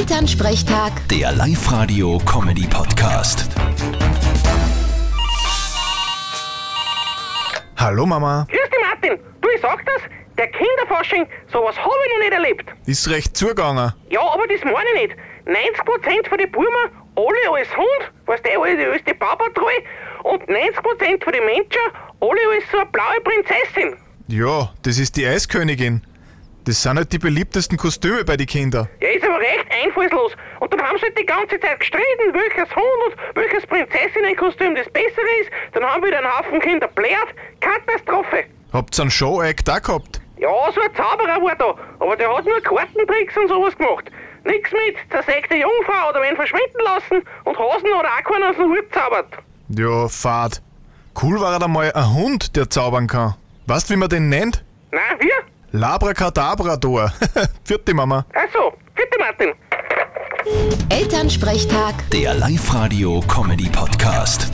Elternsprechtag, Der Live-Radio-Comedy-Podcast. Hallo Mama, Grüß dich, Martin. Du, ich sag das, der Kinderfasching, sowas hab ich noch nicht erlebt. ist recht zugegangen. Ja, aber das meine ich nicht. 90% von den Burmen, alle als Hund, weißt du, alle als die Papatruhe, und 90% von den Menschen, alle als so eine blaue Prinzessin. Ja, das ist die Eiskönigin. Das sind halt die beliebtesten Kostüme bei den Kindern. Ja, ist aber recht einfallslos. Und dann haben sie halt die ganze Zeit gestritten, welches Hund und welches Prinzessinnenkostüm das bessere ist. Dann haben wieder einen Haufen Kinder blärt. Katastrophe. Habt ihr einen Show-Act auch gehabt? Ja, so ein Zauberer war da, aber der hat nur Kartentricks und sowas gemacht. Nix mit zersägte Jungfrau oder wen verschwinden lassen und Hasen oder auch keinen aus dem Hut zaubert. Ja, fad. Cool war halt einmal ein Hund, der zaubern kann. Weißt wie man den nennt? Na, wir? Labracadabrador. Vierte Mama. Also, bitte Martin. Elternsprechtag. Der Live-Radio-Comedy-Podcast.